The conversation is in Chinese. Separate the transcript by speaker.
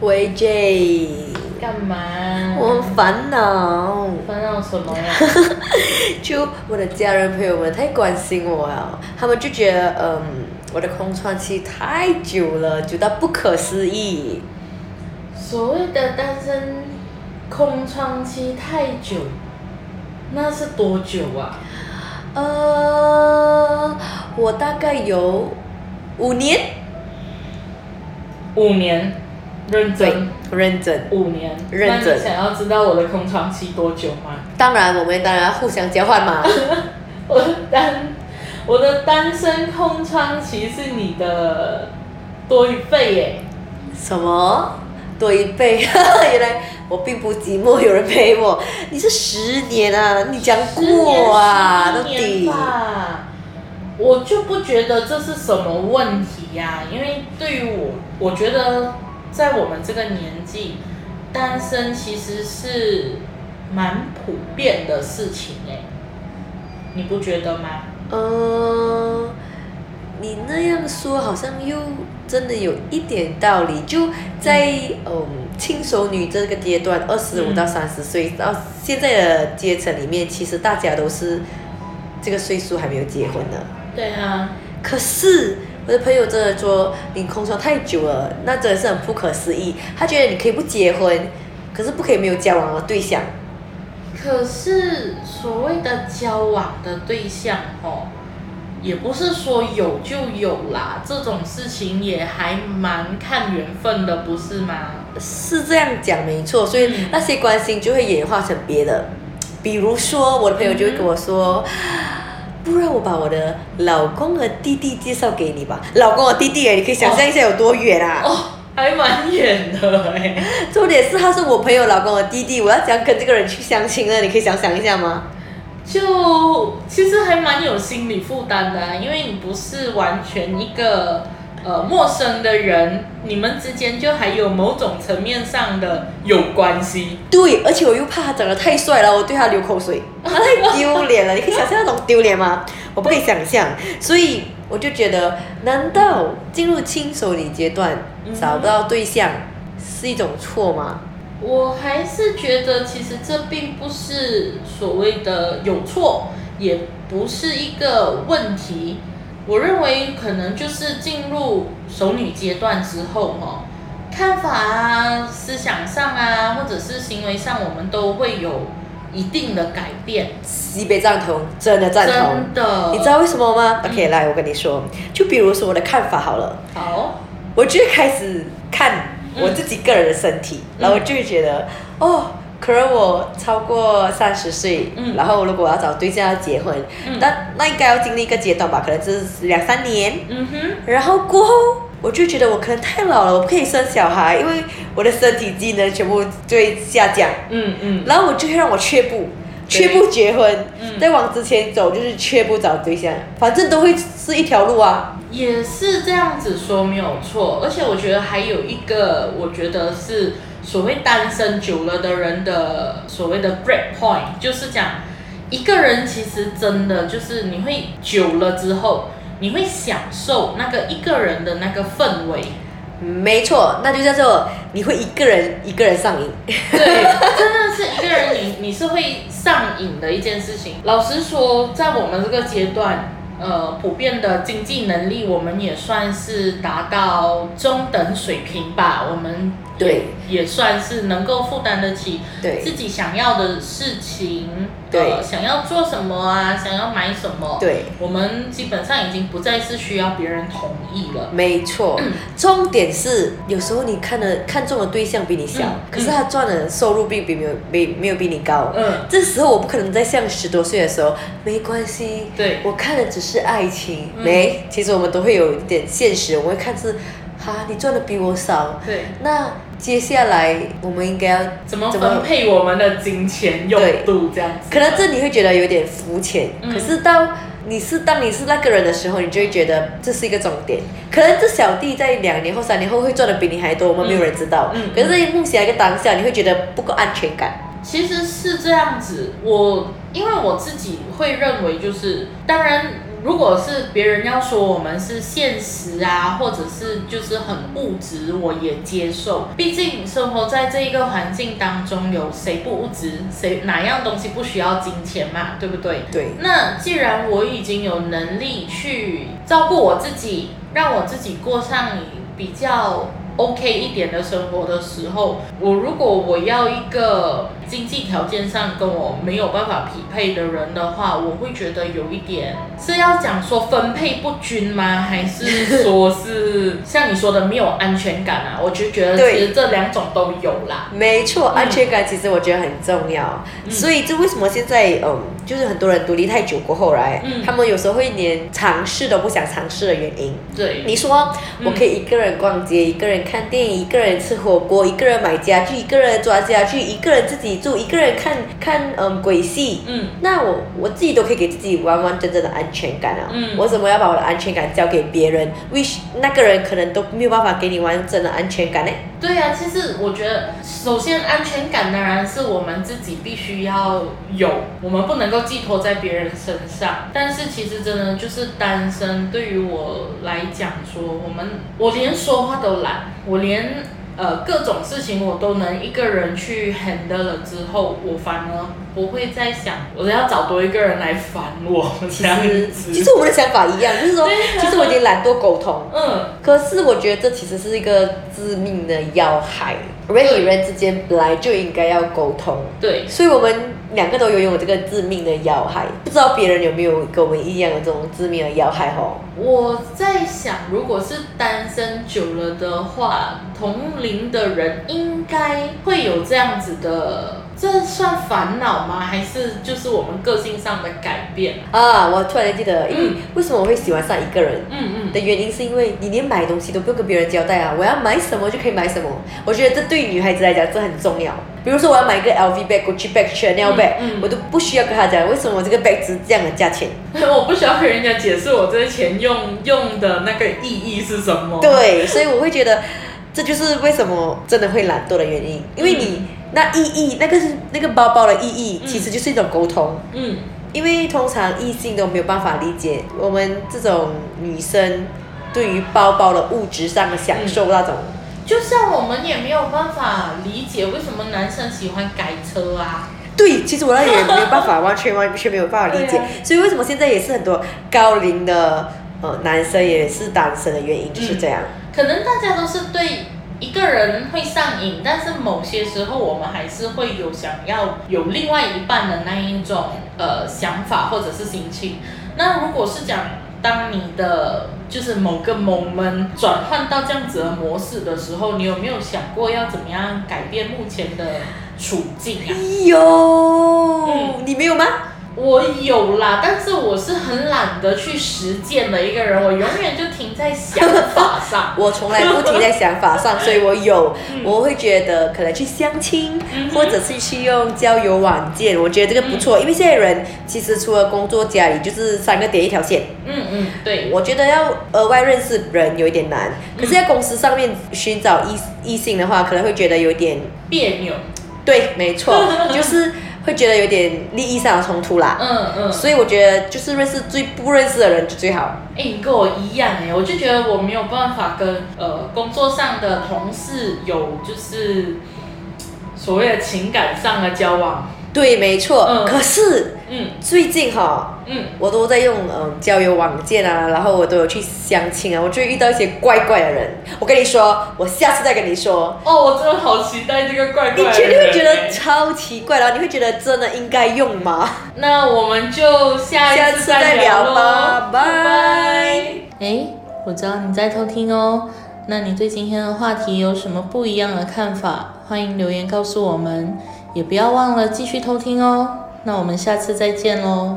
Speaker 1: 喂 J，
Speaker 2: 干嘛？
Speaker 1: 我很烦恼，
Speaker 2: 烦恼什么呀？
Speaker 1: 就我的家人朋友们太关心我了，他们就觉得嗯，我的空窗期太久了，久到不可思议。
Speaker 2: 所谓的单身空窗期太久，那是多久啊？
Speaker 1: 呃，我大概有五年，
Speaker 2: 五年，认真。
Speaker 1: 认真。
Speaker 2: 五年，
Speaker 1: 认
Speaker 2: 那
Speaker 1: 真
Speaker 2: 你想要知道我的空窗期多久吗？
Speaker 1: 当然，我们当然要互相交换嘛。
Speaker 2: 我的单，我的单身空窗期是你的多一倍耶。
Speaker 1: 什么？多一倍？ 原来我并不寂寞，有人陪我。你是十年啊，你讲过啊，到
Speaker 2: 十年十一
Speaker 1: 底
Speaker 2: 年？吧我就不觉得这是什么问题呀、因为对于我，我觉得在我们这个年纪，单身其实是蛮普遍的事情哎、你不觉得吗？
Speaker 1: 呃，你那样说好像又真的有一点道理。就在嗯轻熟女这个阶段，二十五
Speaker 2: 嗯
Speaker 1: 到三十岁到现在的阶层里面，其实大家都是这个岁数还没有结婚的。
Speaker 2: 对啊，
Speaker 1: 可是我的朋友真的说你空窗太久了，那真的是很不可思议。他觉得你可以不结婚，可是不可以没有交往的对象。
Speaker 2: 可是所谓的交往的对象哦，也不是说有就有啦，这种事情也还蛮看缘分的，不是吗？
Speaker 1: 是这样讲没错，所以
Speaker 2: 嗯
Speaker 1: 那些关心就会演化成别的，比如说我的朋友就会跟我说。不然我把我的老公和弟弟介绍给你吧，老公和弟弟耶，你可以想象一下有多远啊！
Speaker 2: 哦，还蛮远的哎、
Speaker 1: 重点是他是我朋友老公和弟弟，我要怎样跟这个人去相亲呢？你可以想想一下吗？
Speaker 2: 就其实还蛮有心理负担的啊、因为你不是完全一个呃陌生的人，你们之间就还有某种层面上的有关系。
Speaker 1: 对，而且我又怕他长得太帅了，我对他流口 水，他太丢脸了。你可以想象那种丢脸吗？我不可以想象，所以我就觉得，难道进入亲手女阶段
Speaker 2: 嗯
Speaker 1: 找不到对象是一种错吗？
Speaker 2: 我还是觉得，其实这并不是所谓的有错，也不是一个问题。我认为可能就是进入熟女阶段之后哦，看法啊、思想上啊，或者是行为上，我们都会有一定的改变。
Speaker 1: 西北赞同，真的赞同。
Speaker 2: 真的，
Speaker 1: 你知道为什么吗？OK，
Speaker 2: 嗯
Speaker 1: 来，我跟你说，就比如说我的看法好了，
Speaker 2: 好，
Speaker 1: 我就会开始看
Speaker 2: 嗯
Speaker 1: 我自己个人的身体，然后我就会觉得，哦，可能我超过三十岁，
Speaker 2: 嗯
Speaker 1: 然后如果我要找对象要结婚，
Speaker 2: 嗯
Speaker 1: 那那应该要经历一个阶段吧，可能就是两三年，
Speaker 2: 嗯哼，
Speaker 1: 然后过后。我就觉得我可能太老了，我不可以生小孩，因为我的身体机能全部就会下降，
Speaker 2: 嗯嗯，
Speaker 1: 然后我就会让我却步，却
Speaker 2: 对
Speaker 1: 步结婚，
Speaker 2: 嗯
Speaker 1: 再往之前走就是却步找对象，反正都会是一条路啊。
Speaker 2: 也是这样子说没有错，而且我觉得还有一个，我觉得是所谓单身久了的人的所谓的 break point，就是讲一个人其实真的就是你会久了之后，你会享受那个一个人的那个氛围，
Speaker 1: 没错，那就叫做你会一个人一个人上 瘾。
Speaker 2: 对，真的是一个人你，你是会上瘾的一件事情。老实说，在我们这个阶段，呃，普遍的经济能力，我们也算是达到中等水平吧。我们也
Speaker 1: 对
Speaker 2: 也算是能够负担得起
Speaker 1: 对
Speaker 2: 自己想要的事情，
Speaker 1: 对
Speaker 2: 呃，想要做什么啊，想要买什么，
Speaker 1: 对，
Speaker 2: 我们基本上已经不再是需要别人同意了。
Speaker 1: 没错，
Speaker 2: 嗯
Speaker 1: 重点是有时候你看的看中的对象比你小，
Speaker 2: 嗯
Speaker 1: 可是他赚的收入并比没有没没有比你高。
Speaker 2: 嗯，
Speaker 1: 这时候我不可能在像十多岁的时候，没关系，
Speaker 2: 对
Speaker 1: 我看的只是爱情，
Speaker 2: 嗯
Speaker 1: 没，其实我们都会有一点现实，我们会看是，哈，你赚的比我少，
Speaker 2: 对。
Speaker 1: 那接下来我们应该要
Speaker 2: 怎么分配我们的金钱用度这样子？
Speaker 1: 可能这你会觉得有点肤浅，
Speaker 2: 嗯
Speaker 1: 可是到你是当你是那个人的时候，你就会觉得这是一个重点。可能这小弟在两年后、三年后会赚的比你还多，我们没有人知道。
Speaker 2: 嗯嗯
Speaker 1: 可是在目前一个当下，你会觉得不够安全感。
Speaker 2: 其实是这样子，我因为我自己会认为，就是当然如果是别人要说我们是现实啊，或者是就是很物质，我也接受。毕竟生活在这一个环境当中，有谁不物质？谁哪样东西不需要金钱嘛？对不对？
Speaker 1: 对，
Speaker 2: 那既然我已经有能力去照顾我自己，让我自己过上比较 OK 一点的生活的时候，我如果我要一个经济条件上跟我没有办法匹配的人的话，我会觉得有一点是要讲说分配不均吗？还是说是像你说的没有安全感啊？我就觉得
Speaker 1: 对
Speaker 2: 其实这两种都有啦。
Speaker 1: 没错，
Speaker 2: 嗯
Speaker 1: 安全感其实我觉得很重要，
Speaker 2: 嗯
Speaker 1: 所以这为什么现在嗯，就是很多人独立太久过后来，
Speaker 2: 嗯
Speaker 1: 他们有时候会连尝试都不想尝试的原因。
Speaker 2: 对，
Speaker 1: 你说
Speaker 2: 嗯
Speaker 1: 我可以一个人逛街，一个人看电影，一个人吃火锅，一个人买家具，一个人抓家具，一个人自己住，一个人看看嗯鬼戏，
Speaker 2: 嗯，
Speaker 1: 那我我自己都可以给自己完完整整的安全感啊。
Speaker 2: 嗯
Speaker 1: 我怎么要把我的安全感交给别人？which 那个人可能都没有办法给你完整的安全感呢。
Speaker 2: 对呀、其实我觉得，首先安全感当然是我们自己必须要有，我们不能够寄托在别人身上。但是其实真的就是单身，对于我来讲说，我们我连说话都懒，我连呃各种事情我都能一个人去 handle 了之后，我反而不会再想我要找多一个人来烦我
Speaker 1: 其
Speaker 2: 这样
Speaker 1: 实
Speaker 2: 子。
Speaker 1: 其实我们的想法一样，就是说
Speaker 2: 对啊，
Speaker 1: 其实我已经懒惰沟通，
Speaker 2: 嗯。
Speaker 1: 可是我觉得这其实是一个致命的要害。人与人之间本来就应该要沟通，
Speaker 2: 对，
Speaker 1: 所以我们两个都拥有这个致命的要害。不知道别人有没有跟我们一样的这种致命的要害哦？
Speaker 2: 我在想，如果是单身久了的话，同龄的人应该会有这样子的，这算烦恼吗？还是就是我们个性上的改变？
Speaker 1: 啊，我突然间记得，因为
Speaker 2: 嗯
Speaker 1: 为什么我会喜欢上一个人？
Speaker 2: 嗯
Speaker 1: 的原因是因为你连买东西都不用跟别人交代啊，我要买什么就可以买什么。我觉得这对于女孩子来讲这很重要。比如说我要买一个 LV bag、Gucci bag、Chanel bag，、
Speaker 2: 嗯嗯
Speaker 1: 我都不需要跟她讲为什么我这个 bag 值这样的价钱。
Speaker 2: 嗯， 我不需要跟人家解释我这些钱用用的那个意义是什么。，
Speaker 1: 对，所以我会觉得这就是为什么真的会懒惰的原因，因为你、那意义那个是那个包包的意义，
Speaker 2: 嗯
Speaker 1: 其实就是一种沟通。
Speaker 2: 嗯
Speaker 1: 因为通常异性都没有办法理解我们这种女生对于包包的物质上的享受那种。
Speaker 2: 就像我们也没有办法理解为什么男生喜欢改车啊。
Speaker 1: 对，其实我那也没有办法，完全完全没有办法理解。
Speaker 2: 对啊
Speaker 1: 所以为什么现在也是很多高龄的呃男生也是单身的原因就是这样。
Speaker 2: 可能大家都是对一个人会上瘾，但是某些时候我们还是会有想要有另外一半的那一种呃想法或者是心情。那如果是讲当你的就是某个 moment 转换到这样子的模式的时候，你有没有想过要怎么样改变目前的处境啊？
Speaker 1: 有、
Speaker 2: 嗯
Speaker 1: 你没有吗？
Speaker 2: 我有啦，但是我是很懒得去实践的一个人，我永远就停在想法上。
Speaker 1: 我从来不停在想法上，所以我有
Speaker 2: 嗯，
Speaker 1: 我会觉得可能去相亲
Speaker 2: 嗯，哼嗯
Speaker 1: 或者是去用交友软件，我觉得这个不错，因为现在人其实除了工作，家里就是三个点一条线。
Speaker 2: 嗯嗯，对，
Speaker 1: 我觉得要额外认识人有一点难，
Speaker 2: 嗯
Speaker 1: 可是，在公司上面寻找异异性的话，可能会觉得有点
Speaker 2: 别扭。
Speaker 1: 对，没错， 就是会觉得有点利益上的冲突啦。
Speaker 2: 嗯嗯，
Speaker 1: 所以我觉得就是认识最不认识的人就最好。
Speaker 2: 哎、你跟我一样哎、我就觉得我没有办法跟呃工作上的同事有就是所谓的情感上的交往。
Speaker 1: 对，没错。
Speaker 2: 嗯
Speaker 1: 可是
Speaker 2: 嗯
Speaker 1: 最近哈、
Speaker 2: 嗯，
Speaker 1: 我都在用嗯交友网件啊，然后我都有去相亲啊，我就遇到一些怪怪的人。我跟你说，我下次再跟你说，
Speaker 2: 哦，我真的好期待这个怪
Speaker 1: 你
Speaker 2: 怪的人欸。
Speaker 1: 绝对会觉得超奇怪，然后你会觉得真的应该用吗？
Speaker 2: 那我们就下
Speaker 1: 下
Speaker 2: 一
Speaker 1: 次
Speaker 2: 次
Speaker 1: 再
Speaker 2: 再
Speaker 1: 聊
Speaker 2: 聊
Speaker 1: 吧
Speaker 2: 喽，
Speaker 1: 拜。
Speaker 2: 哎，我知道你在偷听哦，那你对今天的话题有什么不一样的看法？欢迎留言告诉我们，也不要忘了继续偷听哦。那我们下次再见喽。